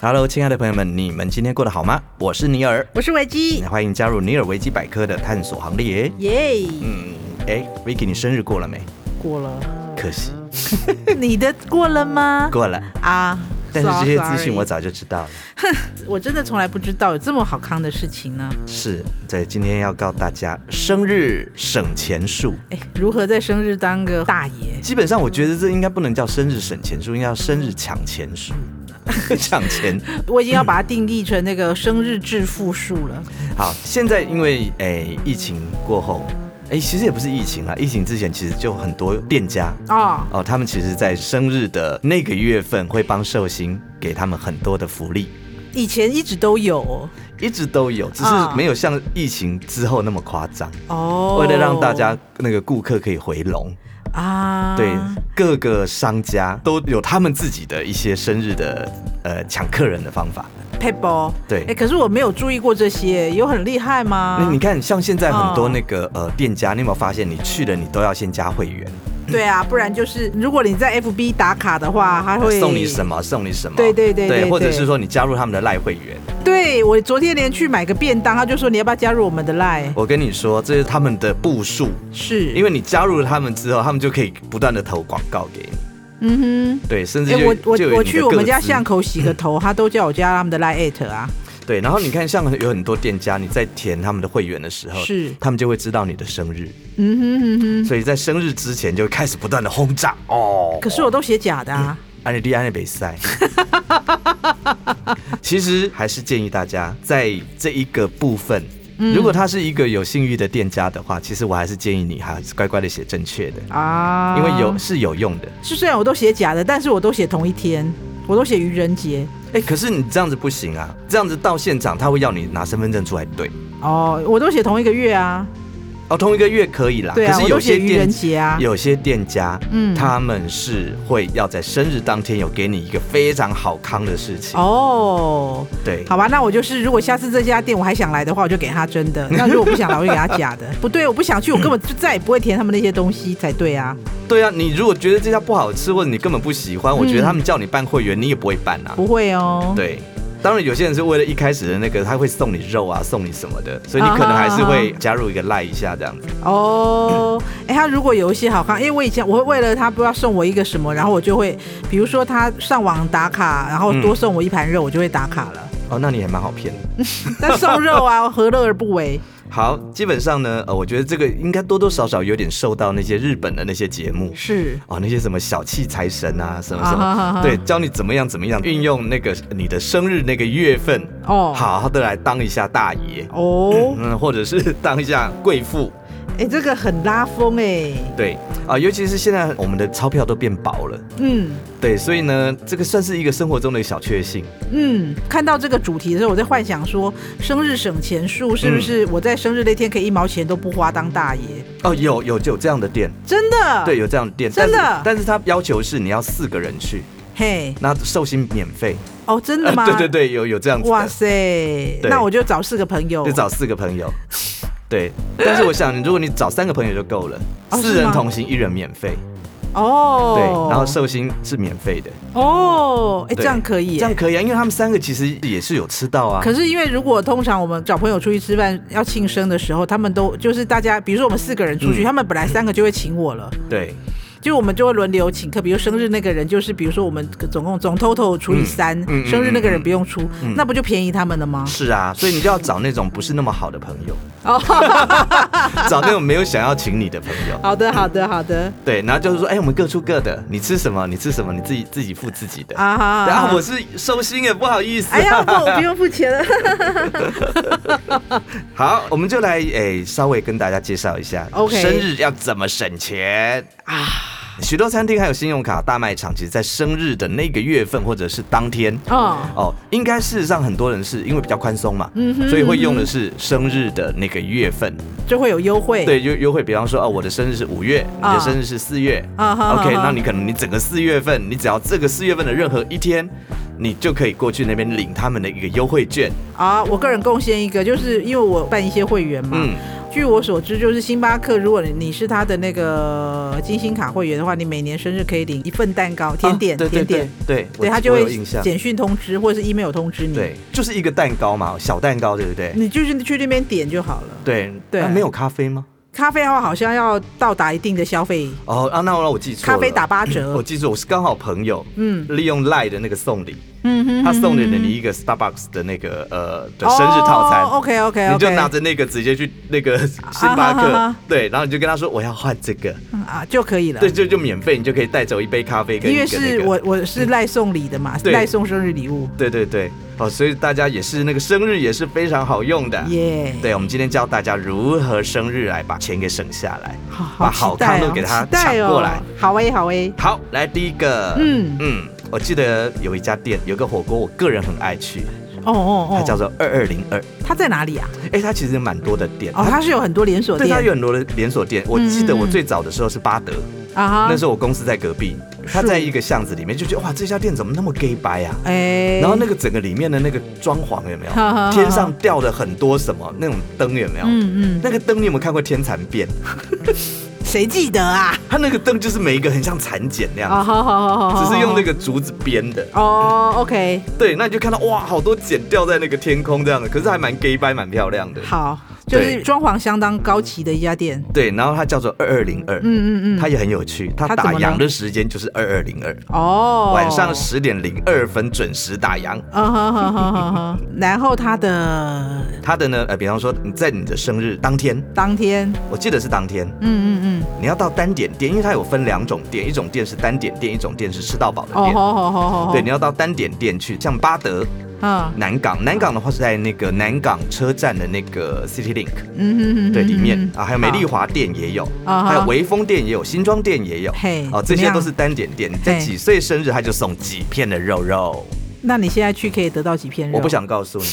Hello，亲爱的朋友们，你们今天过得好吗？我是尼尔，我是维基，欢迎加入尼尔维基百科的探索行列。耶、嗯，哎，Ricky，你生日过了没？过了， 可惜你的过了吗？过了，啊，但是这些资 sorry 讯我早就知道了。我真的从来不知道有这么好康的事情呢。是在今天要告大家，生日省钱术。哎，如何在生日当个大爷？ 基本上，我觉得这应该不能叫生日省钱术，应该叫生日抢钱术。 抢钱。我已经要把它定义成那个生日致富术了。好，现在因为诶、疫情过后，诶、其实也不是疫情啦，疫情之前其实就很多店家哦，哦，他们其实在生日的那个月份会帮寿星给他们很多的福利，以前一直都有哦一直都有，只是啊没有像疫情之后那么夸张。哦，为了让大家那个顾客可以回笼，啊，对各个商家都有他们自己的一些生日的呃抢客人的方法。 p a p e 对哎，可是我没有注意过这些，有很厉害吗？那你看，像现在很多哦那个呃店家，你有没有发现，你去了你都要先加会员，对啊，不然就是如果你在 FB 打卡的话，他会送你什？么送你什么，对对对对对，对或者是说你加入他们的赖会员。对我昨天连去买个便当，他就说你要不要加入我们的 Line？我跟你说，这是他们的步数，是，因为你加入了他们之后，他们就可以不断的投广告给你，嗯对，甚哼，至哎、就、我就有我我你的去我们个家资巷口洗个头，他都叫我加他们的 Line at 啊，对，然后你看，像有很多店家，你在填他们的会员的时候，是他们就会知道你的生日，嗯哼哼哼。所以在生日之前就开始不断的轰炸哦。可是我都写假的啊，安利利安利比 赛，其实还是建议大家在这一个部分。嗯如果他是一个有信誉的店家的话，其实我还是建议你还是乖乖的写正确的，啊，因为有是有用的。是虽然我都写假的，但是我都写同一天，我都写愚人节。哎、可是你这样子不行啊，这样子到现场他会要你拿身份证出来对。哦，我都写同一个月啊，哦，同一个月可以啦，对啊，可我是都有写些愚人店节啊，有些店家，嗯，嗯他们是会要在生日当天有给你一个非常好康的事情，哦，对，好吧，那我就是如果下次这家店我还想来的话，我就给他真 的；那如果我不想来，我就给他假的。不对，我不想去，我根本就再也不会填他们那些东西才对啊。对啊，你如果觉得这家不好吃，或者你根本不喜欢，我觉得他们叫你办会员，你也不会办啊，嗯不会哦。对。当然，有些人是为了一开始的那个，他会送你肉啊，送你什么的，所以你可能还啊是会加入一个赖一下这样子。哦，哎、他如果有一些好看，因为我以前我会为了他不知道送我一个什么，然后我就会，比如说他上网打卡，然后多送我一盘肉，我就会打卡了。哦，那你还蛮好骗的。 但送肉啊，何乐而不为？好，基本上呢，呃，我觉得这个应该多多少少有点受到那些日本的那些节目是哦，那些什么小气财神啊，什么什么，啊哈哈哈对，教你怎么样怎么样运用那个呃你的生日那个月份，哦， 好好的来当一下大爷，哦，嗯，或者是 当一下贵妇，哎、这个很拉风哎、对啊、尤其是现在我们的钞票都变薄了，嗯。对，所以呢，这个算是一个生活中的小确幸，嗯，看到这个主题的时候，我在幻想说，生日省钱术是不是我在生日那天可以一毛钱都不花当大爷？哦，有有有这样的店，真的？对，，有这样的店，真的但是但是他要求是你要四个人去，嘿，那寿星免费，哦，真的吗？对对对，有有这样子的，哇塞，那我就找四个朋友，就找四个朋友。对，但是我想，如果你找三个朋友就够了，哦四是人吗同行一人免费，哦，对，然后寿星是免费的，哦，哎，对这样可以耶，这样可以啊，因为他们三个其实也是有吃到啊，可是因为如果通常我们找朋友出去吃饭要庆生的时候，他们都就是大家，比如说我们四个人出去，嗯他们本来三个就会请我了，对，就我们就会轮流请客。比如生日那个人就是，比如说我们总共总 total 除以三、嗯嗯嗯生日那个人不用出，那不就便宜他们了吗？是啊，所以你就要找那种不是那么好的朋友，哦， 找那种没有想要请你的朋友，好的，好的，好的对，然后就是说，哎，我们各出各的，你吃什么，你吃什么，你自己自己付自己的。啊哈。然啊后我是寿星也不好意思、哎 呀，不，我不用付钱了。好，我们就来诶、稍微跟大家介绍一下 OK 生日要怎么省钱啊。许多餐厅还有信用卡大卖场，其实在生日的那个月份或者是当天。哦，嗯哦，应该事实上很多人是因为比较宽松嘛，所以会用的是生日的那个月份，就会有优惠。，对，优优惠，比方说哦，我的生日是五月，你的啊生日是四月、啊哈 o k 啊哈那你可能你整个四月份，你只要这个四月份的任何一天，你就可以过去那边领他们的一个优惠券，啊，我个人贡献一个，就是因为我办一些会员嘛，嗯，据我所知，就是星巴克，如果你你是他的那个金星卡会员的话，你每年生日可以领一份蛋糕、甜点、啊对对甜点，对，对对我他就我会有印象，简讯通知或者是 email 通知你，对，就是一个蛋糕嘛，小蛋糕，对不对？你就是去那边点就好了。对嗯啊对那没有咖啡吗？咖啡的话，好像要到达一定的消费，哦啊，那那我记错了，咖啡打八折 我记住，我是刚好朋友，嗯利用 Line 的那个送礼，嗯哼哦他送了你一个 Starbucks 的那个呃的生日套餐。 OK OK OK，你就拿着那个直接去那个星巴克，啊哈哈哈对，然后你就跟他说我要换这个，啊就可以了。对，就就免费，你就可以带走一杯咖啡跟因一个为那是个。我我是赖送礼的嘛，对赖送生日礼物，对对对，哦，所以大家也是那个生日也是非常好用的。耶！对，我们今天教大家如何生日来把钱给省下来，好把好好期待看都哦给他期待抢哦过来。好诶好诶，好，来第一个，嗯嗯，我记得有一家店有个火锅，我个人很爱去，哦哦它叫哦，做二二零二。它在哪里啊？哎，它其实有蛮多的店，哦，它是有很多连锁对店嗯它有很多的连锁店。我记得我最早的时候是巴德，啊哈，那时候我公司在隔壁，它在一个巷子里面，就觉得哇，这家店怎么那么 gay 白啊？哎，然后那个整个里面的那个装潢有没有哈哈哈？天上吊了很多什么那种灯有没有？嗯嗯，那个灯你有没有看过《天蚕变》？谁记得啊？它那个灯就是每一个很像蚕茧那哦，样子，好好好好，只是用那个个竹子编的。哦，OK，对，那你就看到哇，好多茧掉在那个天空这样的，可是还蛮 gay 白，蛮漂亮的。好，就是对装潢相当高级的一家店，对，然后它叫做二二零二，嗯嗯嗯，它也很有趣，它它怎打么了烊的时间就是二二零二，哦，晚上十点零二分准时打烊。嗯哼哼哼哼哼，然后他的它的呢，呃，比方说你在你的生日当天，当天，我记得是当天，嗯嗯嗯，你要到单点店，因为它有分两种店，一种店是单点店，一种店是吃到饱的哦店。吼吼吼吼吼，对，你要到单点店去，像巴德、嗯南港，南港的话是在那个南港车站的那个 City Link，嗯哼哼，对，里面嗯啊，还有美丽，华店也有，啊哈还有微风店也有，新庄店也有嘿，哦，这怎么些样都是单点店。你在嘿几岁生日，他就送几片的肉肉。好那你现在去可以得到几片肉？我不，想告 诉你。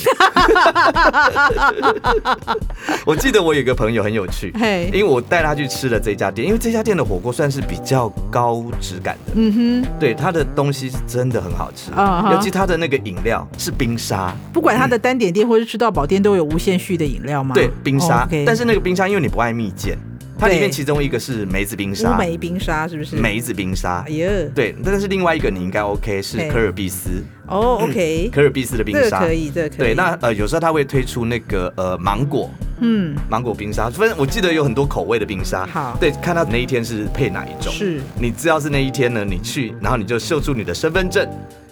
我记得我有一个朋友很有趣，嘿因为我带他去吃了这家店，因为这家店的火锅算是比较高质感的，嗯哼，对它的东西是真的很好吃，啊哈尤其它的那个饮料是冰沙，不管他的单点店或是吃到饱店都有无限续的饮料吗？哦对冰沙嗯 OK，但是那个冰沙因为你不爱蜜饯，它里面对其中一个是梅子冰乌沙，梅冰沙是不是？，梅子冰沙哎。呀，对，但是另外一个你应该 OK 是嘿可尔必斯，嗯哦，OK， 可尔必斯的冰这个沙可。以，这个可以，对，那呃有时候它会推出那个呃芒果，嗯，芒果冰沙，反正我记得有很多口味的冰沙。好对，看他那一天是配哪一种。是你知道是那一天呢，你去，然后你就秀出你的身份证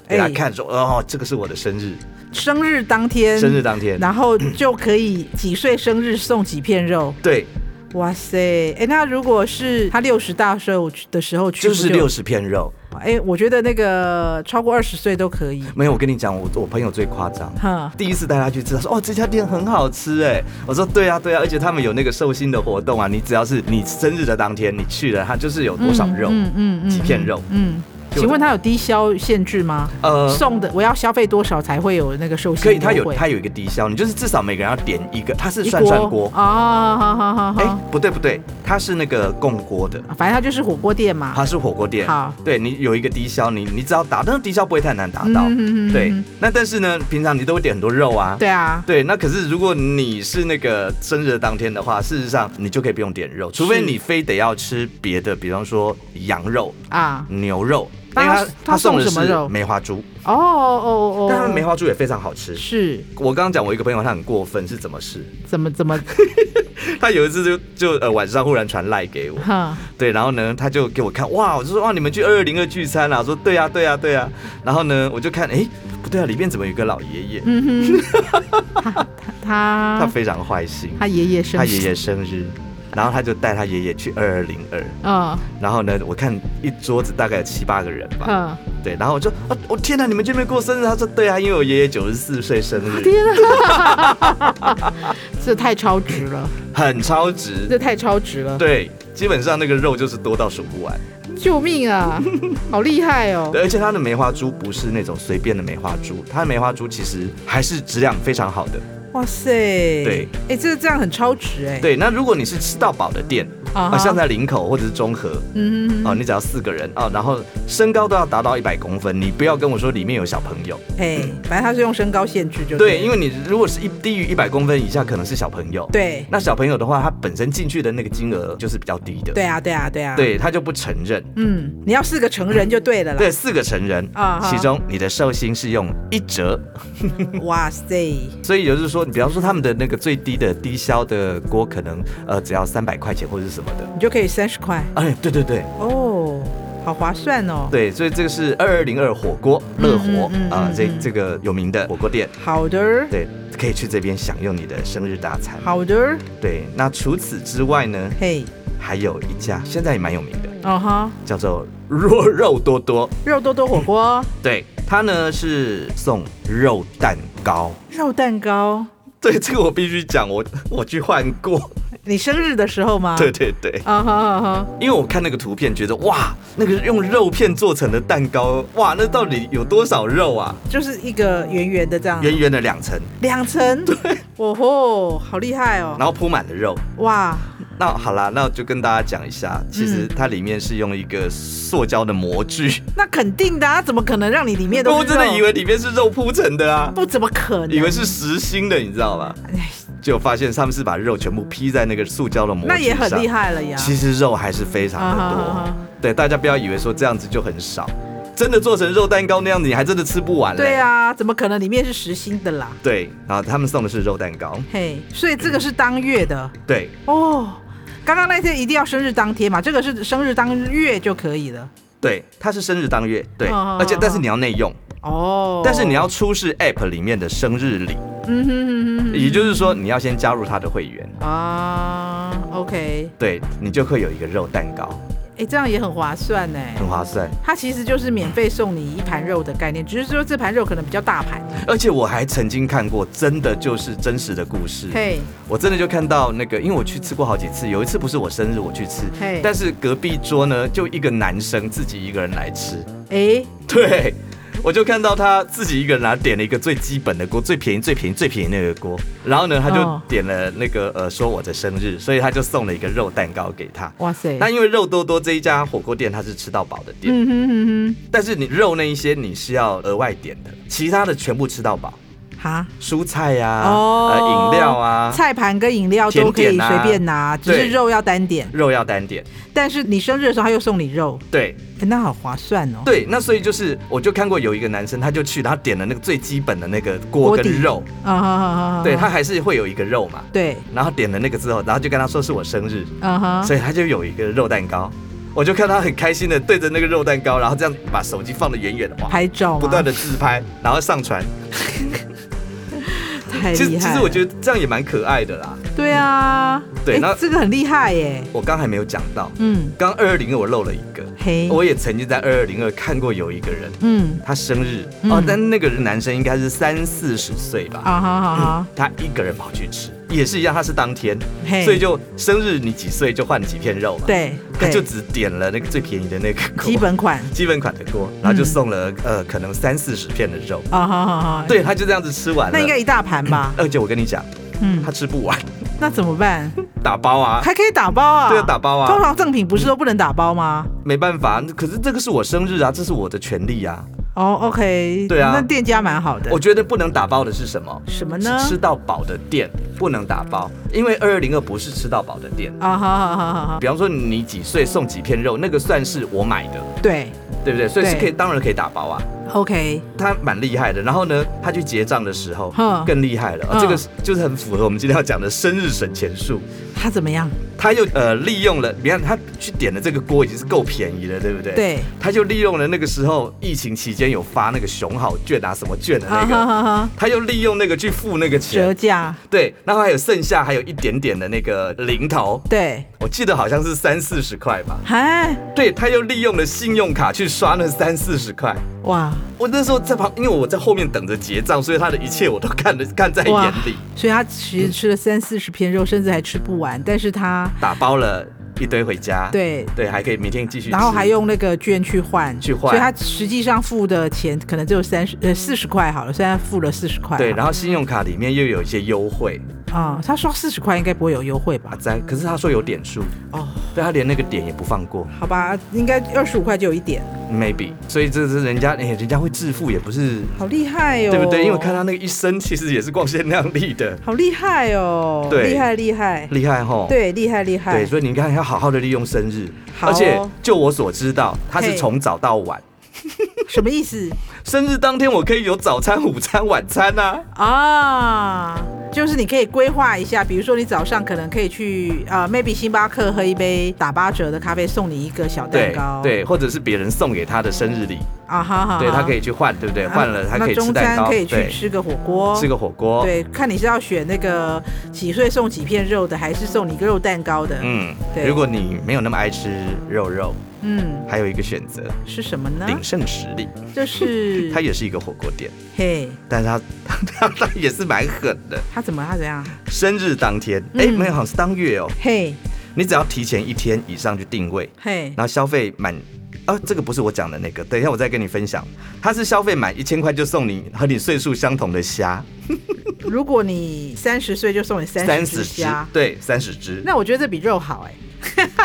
给他哎看，说哦，这个是我的生日，生日当天，生日当天。然后就可以几岁生日送几片肉，对，哇塞！哎，那如果是他六十大寿的时候去，就是六。十片肉。哎，我觉得那个超过二十岁都可以。没有，我跟你讲，我我朋友最夸张。哈，第一次带他去吃，他说：“哦，这家店很好吃哎。”我说：“对啊，对啊，而且他们有那个寿星的活动啊，你只要是你生日的当天你去了，他就是有多少肉，嗯几片肉。嗯，就请问他有低消限制吗？呃送的我要消费多少才会有那个寿星可以，优他惠？有他有一个低消，你就是至少每个人要点一个，他是一涮涮锅，啊，好好好哎、好，不对不对，它是那个共锅的，反正他就是火锅店嘛。它是火锅店。好对你有一个低消，你你只要打，但是低消不会太难达到。嗯哼哼哼对，那但是呢，平常你都会点很多肉啊。对啊，对那可是如果你是那个生日的当天的话，事实上你就可以不用点肉，除非是你非得要吃别的，比方说羊肉、啊，牛肉。哎那因为他他送的什么是肉梅花猪，哦哦哦哦，但他的梅花猪也非常好吃。是我刚刚讲，我一个朋友他很过分，是怎么事？怎么怎么，他有一次就就呃晚上忽然传赖给我，哈，对，然后呢，他就给我看，哇，我就说哇，你们去二二零二聚餐啦、啊我说对呀、对呀、对呀、啊然后呢，我就看，哎，不对啊，里面怎么有一个老爷爷？嗯哼，他他他非常坏心，他爷爷生嗯他爷爷生日，然后他就带他爷爷去二二零二，嗯然后呢，我看一桌子大概有七八个人吧，嗯，对，然后我就，啊，我、天哪，你们这边过生日？他说对啊，因为我爷爷九十四岁生日，天啊，这太超值了，很超值，这太超值 了，对，基本上那个肉就是多到数不完，救命啊，好厉害哦对，而且它的梅花猪不是那种随便的梅花猪，它的梅花猪其实还是质量非常好的。哇塞，对对哎、这这样很超值哎、对，那如果你是吃到饱的店，啊啊，哈像在林口或者是中和，嗯，哦，你只要四个人哦，然后身高都要达到一百公分，你不要跟我说里面有小朋友，哎，反正他是用身高限制就对，因为为你如果是一低于一百公分以下，可能是小朋友，，对那小朋友的话，他本身进去的那个金额就是比较低的，对啊，对啊，对啊，，对，他就不承认。嗯，你要是个成人就对了啦。对，四个成人啊哈其中你的寿星是用一折，哇塞，所以也就是说，你比方说他们的那个最低的低消的锅，可能呃只要三百块钱或者是什么的。你就可以三十块哎，对对对哦，好划算哦。对，所以这个是二二零二火锅乐活啊、嗯嗯嗯嗯这嗯这个有名的火锅店，好的，对，可以去这边享用你的生日大餐。好的，对，那除此之外呢，嘿，还有一家现在也蛮有名的，哦哈，叫做弱肉多多。肉多多火锅，哦对，它呢是送肉蛋糕。肉蛋糕，对，这个我必须讲，我 我去换过。你生日的时候吗？对，对对，啊哈啊哈，因为我看那个图片，觉得哇，那个用肉片做成的蛋糕，哇，那到底有多少肉啊？就是一个圆圆的这样，圆圆的两层，两层，对，哦吼，好厉害哦，然后铺满了肉。哇，那好啦，那我就跟大家讲一下，其嗯实它里面是用一个塑胶的模具，那肯定的、啊，怎么可能让你里面都是我真的肉以为里面是肉铺成的啊，不怎么可能，以为是实心的，你知道吧？哎结果发现他们是把肉全部披在那个塑胶的模具上，那也很厉。害了呀，其实肉还是非常的多，啊哈啊哈对大家不要以为说这样子就很少，真的做成肉蛋糕那样子，你还真的吃不完嘞。对啊，怎么可能里面是实心的啦？对，然后他们送的是肉蛋糕，嘿，所以这个是当月的对，哦。刚刚那天一定要生日当天嘛，这个是生日当月就可以了对，它是生日当月，对，哦哦而且哦但是你要内用，哦。但是你要出示 App 里面的生日礼，嗯哼哼哼也就是说你要先加入他的会员，哼啊，OK，对你就会有一个肉蛋糕，哎，这样也很划算呢。很划算。它其实就是免费送你一盘肉的概念，只是说这盘肉可能比较大盘。而且我还曾经看过，真的就是真实的故事，嘿，我真的就看到那个，因为我去吃过好几次，有一次不是我生日我去吃嘿，但是隔壁桌呢就一个男生自己一个人来吃， 哎，对。我就看到他自己一个人拿点了一个最基本的锅，最便宜、最便宜、最便宜那个锅，然后呢，他就哦点了那个呃，说我的生日，所以他就送了一个肉蛋糕给他。哇塞，那因为肉多多这一家火锅店它是吃到饱的店，嗯哼哼但是你肉那一些你是要额外点的，其他的全部吃到饱，哼，哈，蔬菜呀、哦呃饮料啊，菜盘跟饮料都可甜以点随啊便拿，只是对肉要单点。肉要单点。但是你生日的时候他又送你肉，对，哎，那好划算哦。对，那所以就是，我就看过有一个男生，他就去，他点了那个最基本的那个锅锅底跟肉，啊哈哈哈哈，对他还是会有一个肉嘛，对，然后点了那个之后，然后就跟他说是我生日，嗯哼，所以他就有一个肉蛋糕，我就看他很开心的对着那个肉蛋糕，然后这样把手机放得远远的，哇，拍照吗不断的自拍，然后上传，太其厉实害其实我觉得这样也蛮可爱的啦，得对啊，对诶那这个很厉害耶，我刚还没有讲到，嗯，刚二二零我漏了一个，嘿，我也曾经在二二零二看过有一个人。嗯他生日、嗯哦，但那个男生应该是三四十岁吧，啊哈哈哈，他一个人跑去吃，也是一样，他是当天，嘿，所以就生日你几岁就换几片肉嘛。，对他 对，就只点了那个最便宜的那个锅，基本款基本款的锅，然后就送了、呃可能三四十片的肉，啊哈哈哈，，对，他就这样子吃完了。，那应该一大盘吧二姐，我跟你讲，嗯他，吃不完，那怎么办？打包啊，还可以打包啊，嗯对，打包通啊，常赠品不是都不能打包吗？没办法，可是这个是我生日啊，这是我的权利啊，哦，OK，对啊那店家蛮好的我，觉得不能打包的是什么？什么呢是？吃到饱的店不能打包，因为二二零二不是吃到饱的店。啊哈哈哈哈哈，比方说你几岁送几片肉，那个算是我买的，对对不对？所以是对可以，当然可以打包啊。 ，OK，他蛮厉害的，然后呢，他去结账的时候哼更厉害了，哦嗯这个就是很符合我们今天要讲的生日省钱术。他怎么样？他又呃利用了，你看他去点的这个锅已经是够便宜了，对不对？。对，他就利用了那个时候疫情期间有发那个熊好券啊什么券的那啊个，哈哈哈，他又利用那个去付那个折钱，价，对，然后还有剩下还有一点点的那个零头，对，我记得好像是三四十块吧，哎，对，他又利用了信用卡去刷那三四十块。哇。我那时候在旁，因为我在后面等着结账，所以他的一切我都看得看在哇眼里。啊所以他其实吃了三四十片肉，甚至还吃不完，但是他打包了一堆回家，对。对，还可以明天继续吃，然后还用那个券去换，去换所以他实际上付的钱可能只有三十呃四十块好了，虽然付了四十块好了，对，然后信用卡里面又有一些优惠啊、他说四十块应该不会有优惠吧啊？在，可是他说有点数，哦，对他连那个点也不放过好吧，应该二十五块就有一点， ，maybe，所以这是人家，哎、人家会致富也不是。好厉害哦，对不对？因为我看他那个一生其实也是光鲜亮丽的，好厉害哦，对厉害厉害，厉害吼。对，厉害厉害，对，所以你看要好好的利用生日，好哦而且就我所知道，他是嘿从早到晚，什么意思生日当天我可以有早餐、午餐、晚餐啊。啊？就是你可以规划一下，比如说你早上可能可以去呃，maybe 星巴克喝一杯打八折的咖啡，送你一个小蛋对糕，对，或者是别人送给他的生日礼，啊哈哈，对他可以去换，对不对？啊换了他可以那吃中蛋餐糕，可以去对，吃个火锅，吃个火锅，对，看你是要选那个几岁送几片肉的，还是送你一个肉蛋糕的？嗯嗯对，如果你没有那么爱吃肉肉，嗯还有一个选择是什么呢？鼎盛实力，就是 它也是一个火锅店，嘿，但是它它它也是蛮狠的。他怎么他怎样？生日当天，嗯哎、没有，好像是当月哦，嘿你只要提前一天以上去定位，嘿然，后消费满。啊，这个不是我讲的那个，等一下我再跟你分享。它是消费满一千块就送你和你岁数相同的虾，如果你三十岁就送你三十只只虾，，对，三十只，那我觉得这比肉好哎。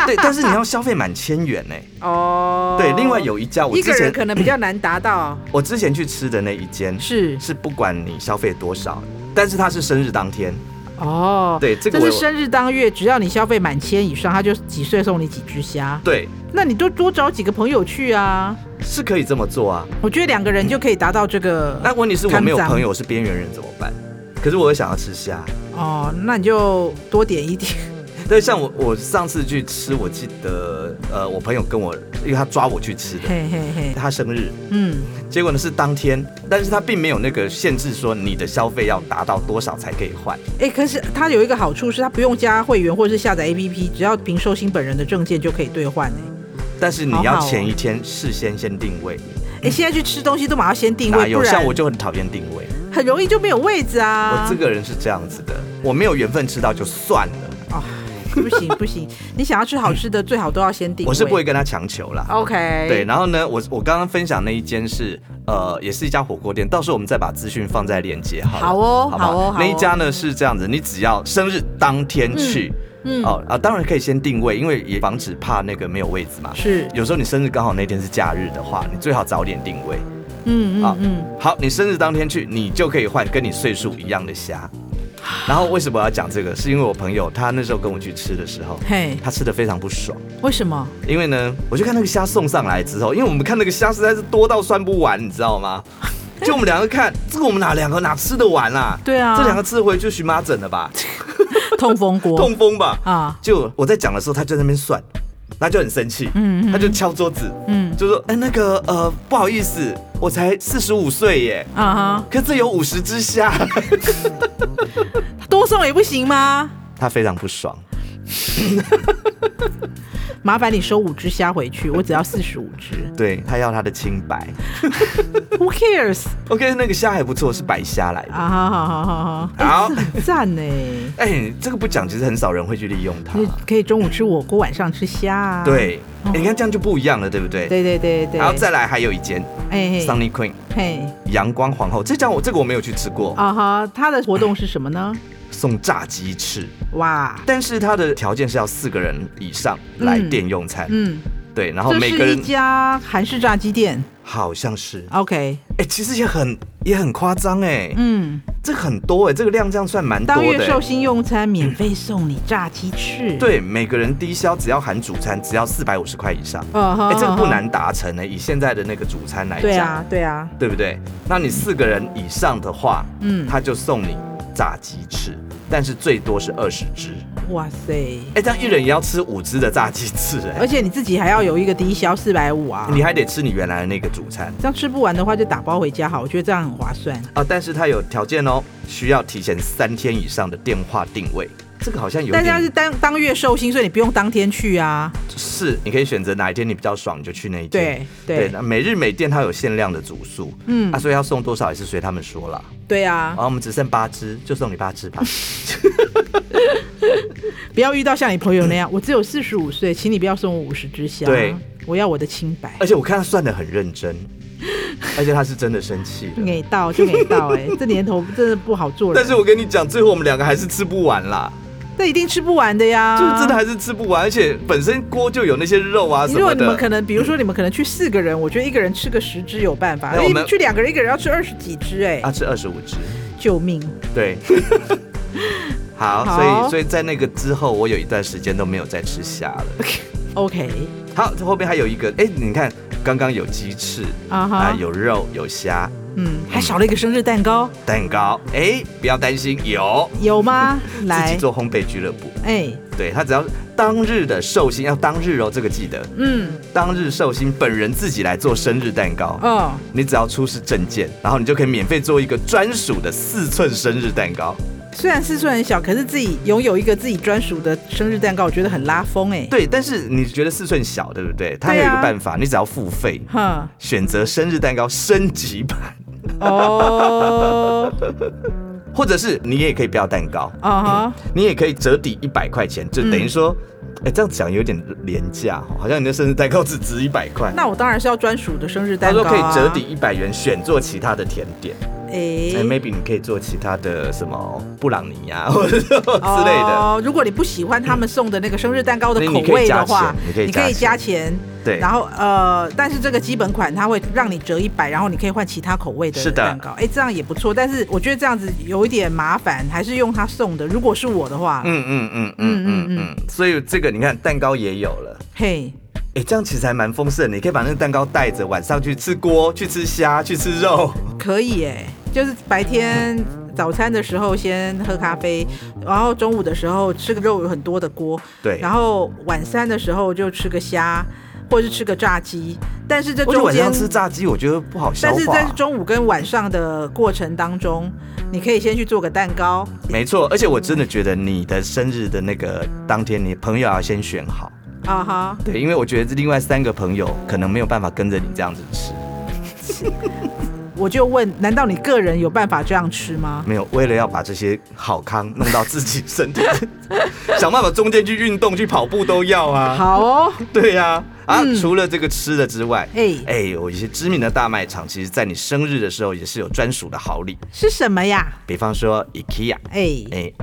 对。但是你要消费满千元呢、哦，对，另外有一家我一之个人前可能比较难达到， 我之前去吃的那一间是是不管你消费多少，但是它是生日当天，哦，对这个这我是生日当月，只要你消费满千以上，他就几岁送你几只虾。对，那你多多找几个朋友去啊，是可以这么做啊。我觉得两个人就可以达到这个。但问题是我没有看脏朋友是边缘人怎么办？可是我又想要吃虾，哦，那你就多点一点。对，像我我上次去吃，我记得呃，我朋友跟我，因为他抓我去吃 的，嘿嘿嘿，他生日，嗯，结果呢是当天，但是他并没有那个限制说你的消费要达到多少才可以换，哎、可是它有一个好处是，它不用加会员或者是下载 APP，只要凭寿星本人的证件就可以兑换哎。但是你好要好哦前一天事先先定位，哎、现在去吃东西都马上先定哪位，不有然像我就很讨厌定位，很容易就没有位置啊。我这个人是这样子的，我没有缘分吃到就算了，哦，不行不行，你想要吃好吃的，最好都要先定位。哦哎我是不会。跟他强求啦。 OK。对，。然后呢，我我刚刚分享那一间是呃，也是一家火锅店，到时候我们再把资讯放在链接好了。好哦不好哦好哦那一家呢是这样子，你只要生日当天去，嗯哦啊，当然可以先定位，因为也防止怕那个没有位置嘛。是，有时候你生日刚好那天是假日的话，你最好早点定位。嗯好嗯嗯，好，你生日当天去，你就可以换跟你岁数一样的 虾。然后为什么我要讲这个？是因为我朋友他那时候跟我去吃的时候，嘿，他吃的非常不爽。为什么？因为呢，我就看那个虾送上来之后，因为我们看那个虾实在是多到算不完，你知道 吗？就我们两个看，这个我们哪两个哪吃得完啊？对啊这两个吃回去荨麻疹了 吧，痛风 锅痛风吧？啊，就我在讲的时候，他就在那边算，他就很生气，嗯嗯他就敲桌子，嗯就说：“哎、那个呃，不好意思，我才四十五岁耶，啊可这有五十只虾。 哈，多送也不行吗？”他非常不爽，麻烦你收五只虾回去，我只要四十五只。对他要他的清白。 Who cares？ OK，那个虾还不错，是白虾来的。啊，好好好好好，好哎这很赞呢。哎、这个不讲，其实很少人会去利用它你。可以中午吃火锅，晚上吃虾啊。对，哦欸你看这样就不一样了，对不对？对对对对。然后再来还有一间哎嘿 Sunny Queen 嘿阳光皇后，这家我这个我没有去吃过，啊哈，它的活动是什么呢？送炸鸡翅，哇，但是它的条件是要四个人以上来嗯店用餐，嗯，对，然后这每个是人一家韩式炸鸡店。好像是， OK，哎、其实也很也很夸张哎，嗯，这个很多哎，这个量这样算蛮多当月的寿欸。星用餐免费送你炸鸡翅。，对，每个人低消只要含主餐，只要四百五十块以上，啊哈哎、这个不。啊难达成哎呢。以现在的那个主餐来哈讲，对啊，对啊，对不对？那你四个人以上的话，嗯嗯，他就送你炸鸡翅，但是最多是二十只。哇塞！哎，这样一人也要吃五只的炸鸡翅、而哎，且你自己还要有一个低消四百五啊。你还得吃你原来的那个主餐这样吃不完的话就打包回家好，我觉得这样很划算。啊。但是它有条件哦，需要提前三天以上的电话定位。这个好像有但是它是点当当月寿星，所以你不用当天去啊。是，你可以选择哪一天你比较爽，你就去那一天。对对那每日每店它有限量的组数，嗯嗯，啊，所以要送多少也是随他们说啦。对啊然，后我们只剩八只，就送你八只吧。 不要遇到像你朋友那样，我只有四十五岁，请你不要送我五十只虾，对，我要我的清白。而且我看他算的很认真，而且他是真的生气了。给到就给到、 哎，这年头真的不好做人。但是我跟你讲，最后我们两个还是吃不完啦，这一定吃不完的呀，就是真的还是吃不完，而且本身锅就有那些肉啊什如果么你们可的。能，比如说你们可能去四个人，我觉得一个人吃个十只有办法，那我们啊哎去两个人，一个人要吃二十几只、哎、要吃二十五只，救命！ 对。好，好所以所以在那个之后，我有一段时间都没有再吃虾了。 OK，好，后面还有一个，哎、你看刚刚有鸡翅啊哈啊，有嗯肉有虾，嗯，还少了一个生日蛋糕，蛋糕，哎、不要担心，有 有吗？自己来，做烘焙俱乐部，哎，对他只要当日的寿星要当日哦，这个记得，嗯，当日寿星本人自己来做生日蛋糕。哦，你只要出示证件，然后你就可以免费做一个专属的四寸生日蛋糕。虽然四寸很小，可是自己拥有一个自己专属的生日蛋糕，我觉得很拉风、哎，对，但是你觉得四寸小，对不对？它有对一啊个办法，你只要付费，哼，选择生日蛋糕升级版，哦，或者是你也可以不要蛋糕，啊哈，你也可以折抵一百块钱，就等于说，嗯哎、这样讲有点廉价哦，好像你的生日蛋糕只值一百块。那我当然是要专属的生日他蛋糕、说啊，可以折抵，一百元，选做其他的甜点，哎、哎、 m a y b e 你可以做其他的什么布朗尼啊， 或者什么之类的。哦，如果你不喜欢他们送的那个生日蛋糕的那口你可以味加的话钱你可，以你可以加加钱。对然后呃，但是这个基本款它会让你折一百，然后你可以换其他口味是的的蛋糕。哎，这样也不错，但是我觉得这样子有一点麻烦，还是用他送的。如果是我的话，嗯嗯嗯嗯嗯嗯嗯，所以这个你看蛋糕也有了，嘿，哎、这样其实还蛮丰盛的。你可以把那个蛋糕带着，晚上去吃锅，去吃虾，去吃肉。可以哎，就是白天。早餐的时候先喝咖啡，然后中午的时候吃个肉有很多的锅，对，然后晚餐的时候就吃个虾，或是吃个炸鸡。但是这我觉得 中晚上间吃炸鸡，我觉得不好消但化。是在中午跟晚上的过程当中，你可以先去做个蛋糕。没错，而且我真的觉得你的生日的那个当天，你朋友要先选好，啊哈，对，因为我觉得另外三个朋友可能没有办法跟着你这样子吃，我就问，难道你个人有办法这样吃吗？没有为了要把这些好康弄到自己身体，想办法中间去运动、去跑步都要 啊，好哦，对呀、啊，嗯除了这个吃的之外。哎、哎，有一些知名的大卖场，其实在你生日的时候也是有专属的好礼，是什么呀？比方说 IKEA，哎、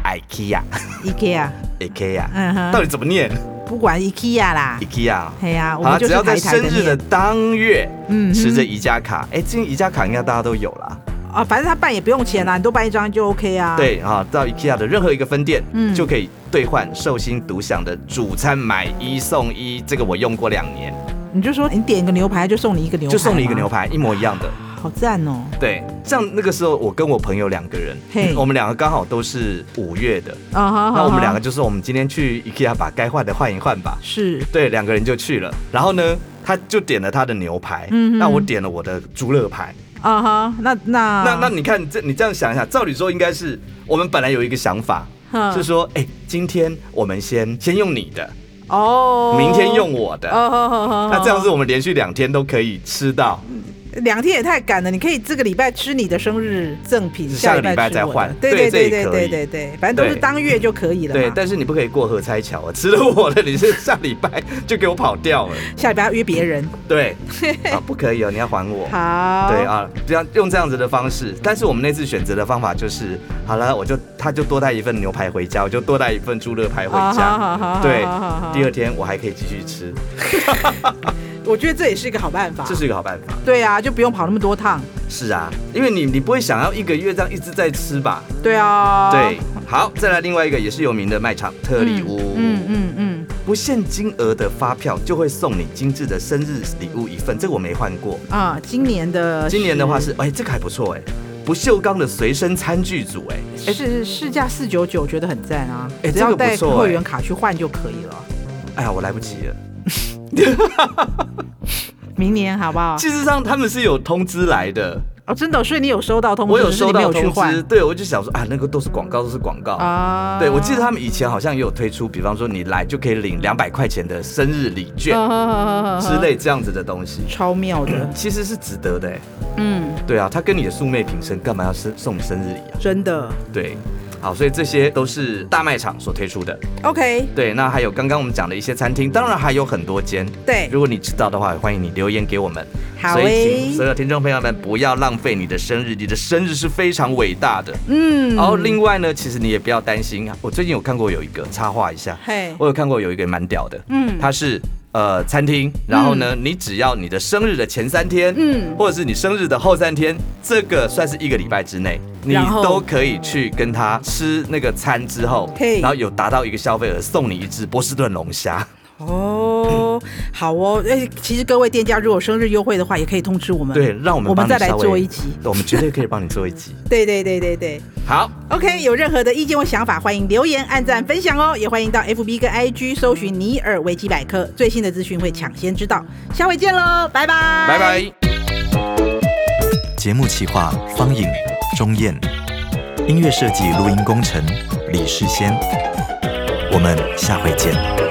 哎，IKEA，IKEA， i k e a 嗯哼到底怎么念不管 IKEA 啦， ？IKEA 啊哎呀、我好，们就只是要在台一台生的日的念当月，嗯嗯，哼持着宜家卡，哎、这个宜家卡应该大家都有啦。啊，反正他办也不用钱啦，你多办一张就 OK 啊。，对啊，到 IKEA 的任何一个分店，嗯就可以兑换寿星独享的主餐买一送一，这个我用过两年，你就说你点一个牛排就送你一个牛排，就送你一个牛，排，一模一样的。好赞哦。对，像那个时候我跟我朋友两个人，嘿我们两个刚好都是五月的，啊哈，那我们两个个就是我们今天去 IKEA 把该换的换一换吧。是对，两个人就去了，然后呢，他就点了他的牛排，嗯哼那我点了我的猪肋排。啊哈，那那那那你看这你这样想一下，照理说应该是我们本来有一个想法，哼是说，哎、今天我们先先用你的，哦，明天用我的，哦，好好好，那这样子我们连续两天都可以吃到。嗯两天也太赶了，你可以这个礼拜吃你的生日赠品，下个礼礼拜吃再我的换对对对这也对对可以对对对，反正都是对当月就可以了嘛。对，但是你不可以过河拆桥啊，吃了我的，你是下礼拜就给我跑掉了。 下礼拜要约别人。对， 啊，不可以哦，你要还我。好，对，啊，这样用这样子的方式，但是我们那次选择的方法就是，好了，我就他就多带一份牛排回家，我就多带一份猪肋排回啊好好家好，对好好好，第二天我还可以继续吃，我觉得这也是一个好办法。这是一个好办法。对啊，就不用跑那么多趟。是啊，因为你你不会想要一个月这样一直在吃吧？对啊，对，，好，再来另外一个也是有名的卖场特嗯礼屋，嗯嗯嗯，不限金额的发票就会送你精致的生日礼物一份，这个我没换过。啊，今年的今年的话是，哎、这个还不错哎，不锈钢的随身餐具组哎，哎、是市价四九九，觉得很赞啊，哎只这要个不带错哎会员卡去换就可以了。哎呀，我来不及了。哦明年好不好？事实上他们是有通知来的，哦，真的哦，所以你有收到通知，我有收到只是通你没有去知，换对我就想说啊，那个都是广告，都是广告。啊对，我记得他们以前好像也有推出，比方说你来就可以领两百块钱的生日礼券嗯得之，类这样子的东西，超妙的，其实是值得的欸。嗯，对啊，他跟你的素昧平生，干嘛要生送你生日礼啊？真的。对，好，所以这些都是大卖场所推出的。 OK，对，那还有刚刚我们讲的一些餐厅，当然还有很多间。对如果你知道的话，也欢迎你留言给我们。好欸所以诶请所有听众朋友们不要浪费你的生日，你的生日是非常伟大的。嗯，然后另外呢，其实你也不要担心啊。我最近有看过有一个插画一下，嘿，我有看过有一个蛮屌的，嗯它是呃餐厅，然后呢，你只要你的生日的前三天，嗯或者是你生日的后三天，这个算是一个礼拜之内，你然后都可以去跟他吃那个餐之后嘿，然后有达到一个消费额，送你一只波士顿龙 虾。哦，好哦，哎，其实各位店家如果有生日优惠的话，也可以通知我们，对，让我们我帮们你再来稍微做一集，对我们绝对可以帮你做一 集。对对对对对。好， OK，有任何的意见或想法，欢迎留言、按赞、分享哦，也欢迎到 FB 跟 IG 搜寻尼尔维基百科，最新的资讯会抢先知道。下回见喽，拜拜，拜拜。节目企划方颖、钟燕，音乐设计、录音工程李世先。我们下回见。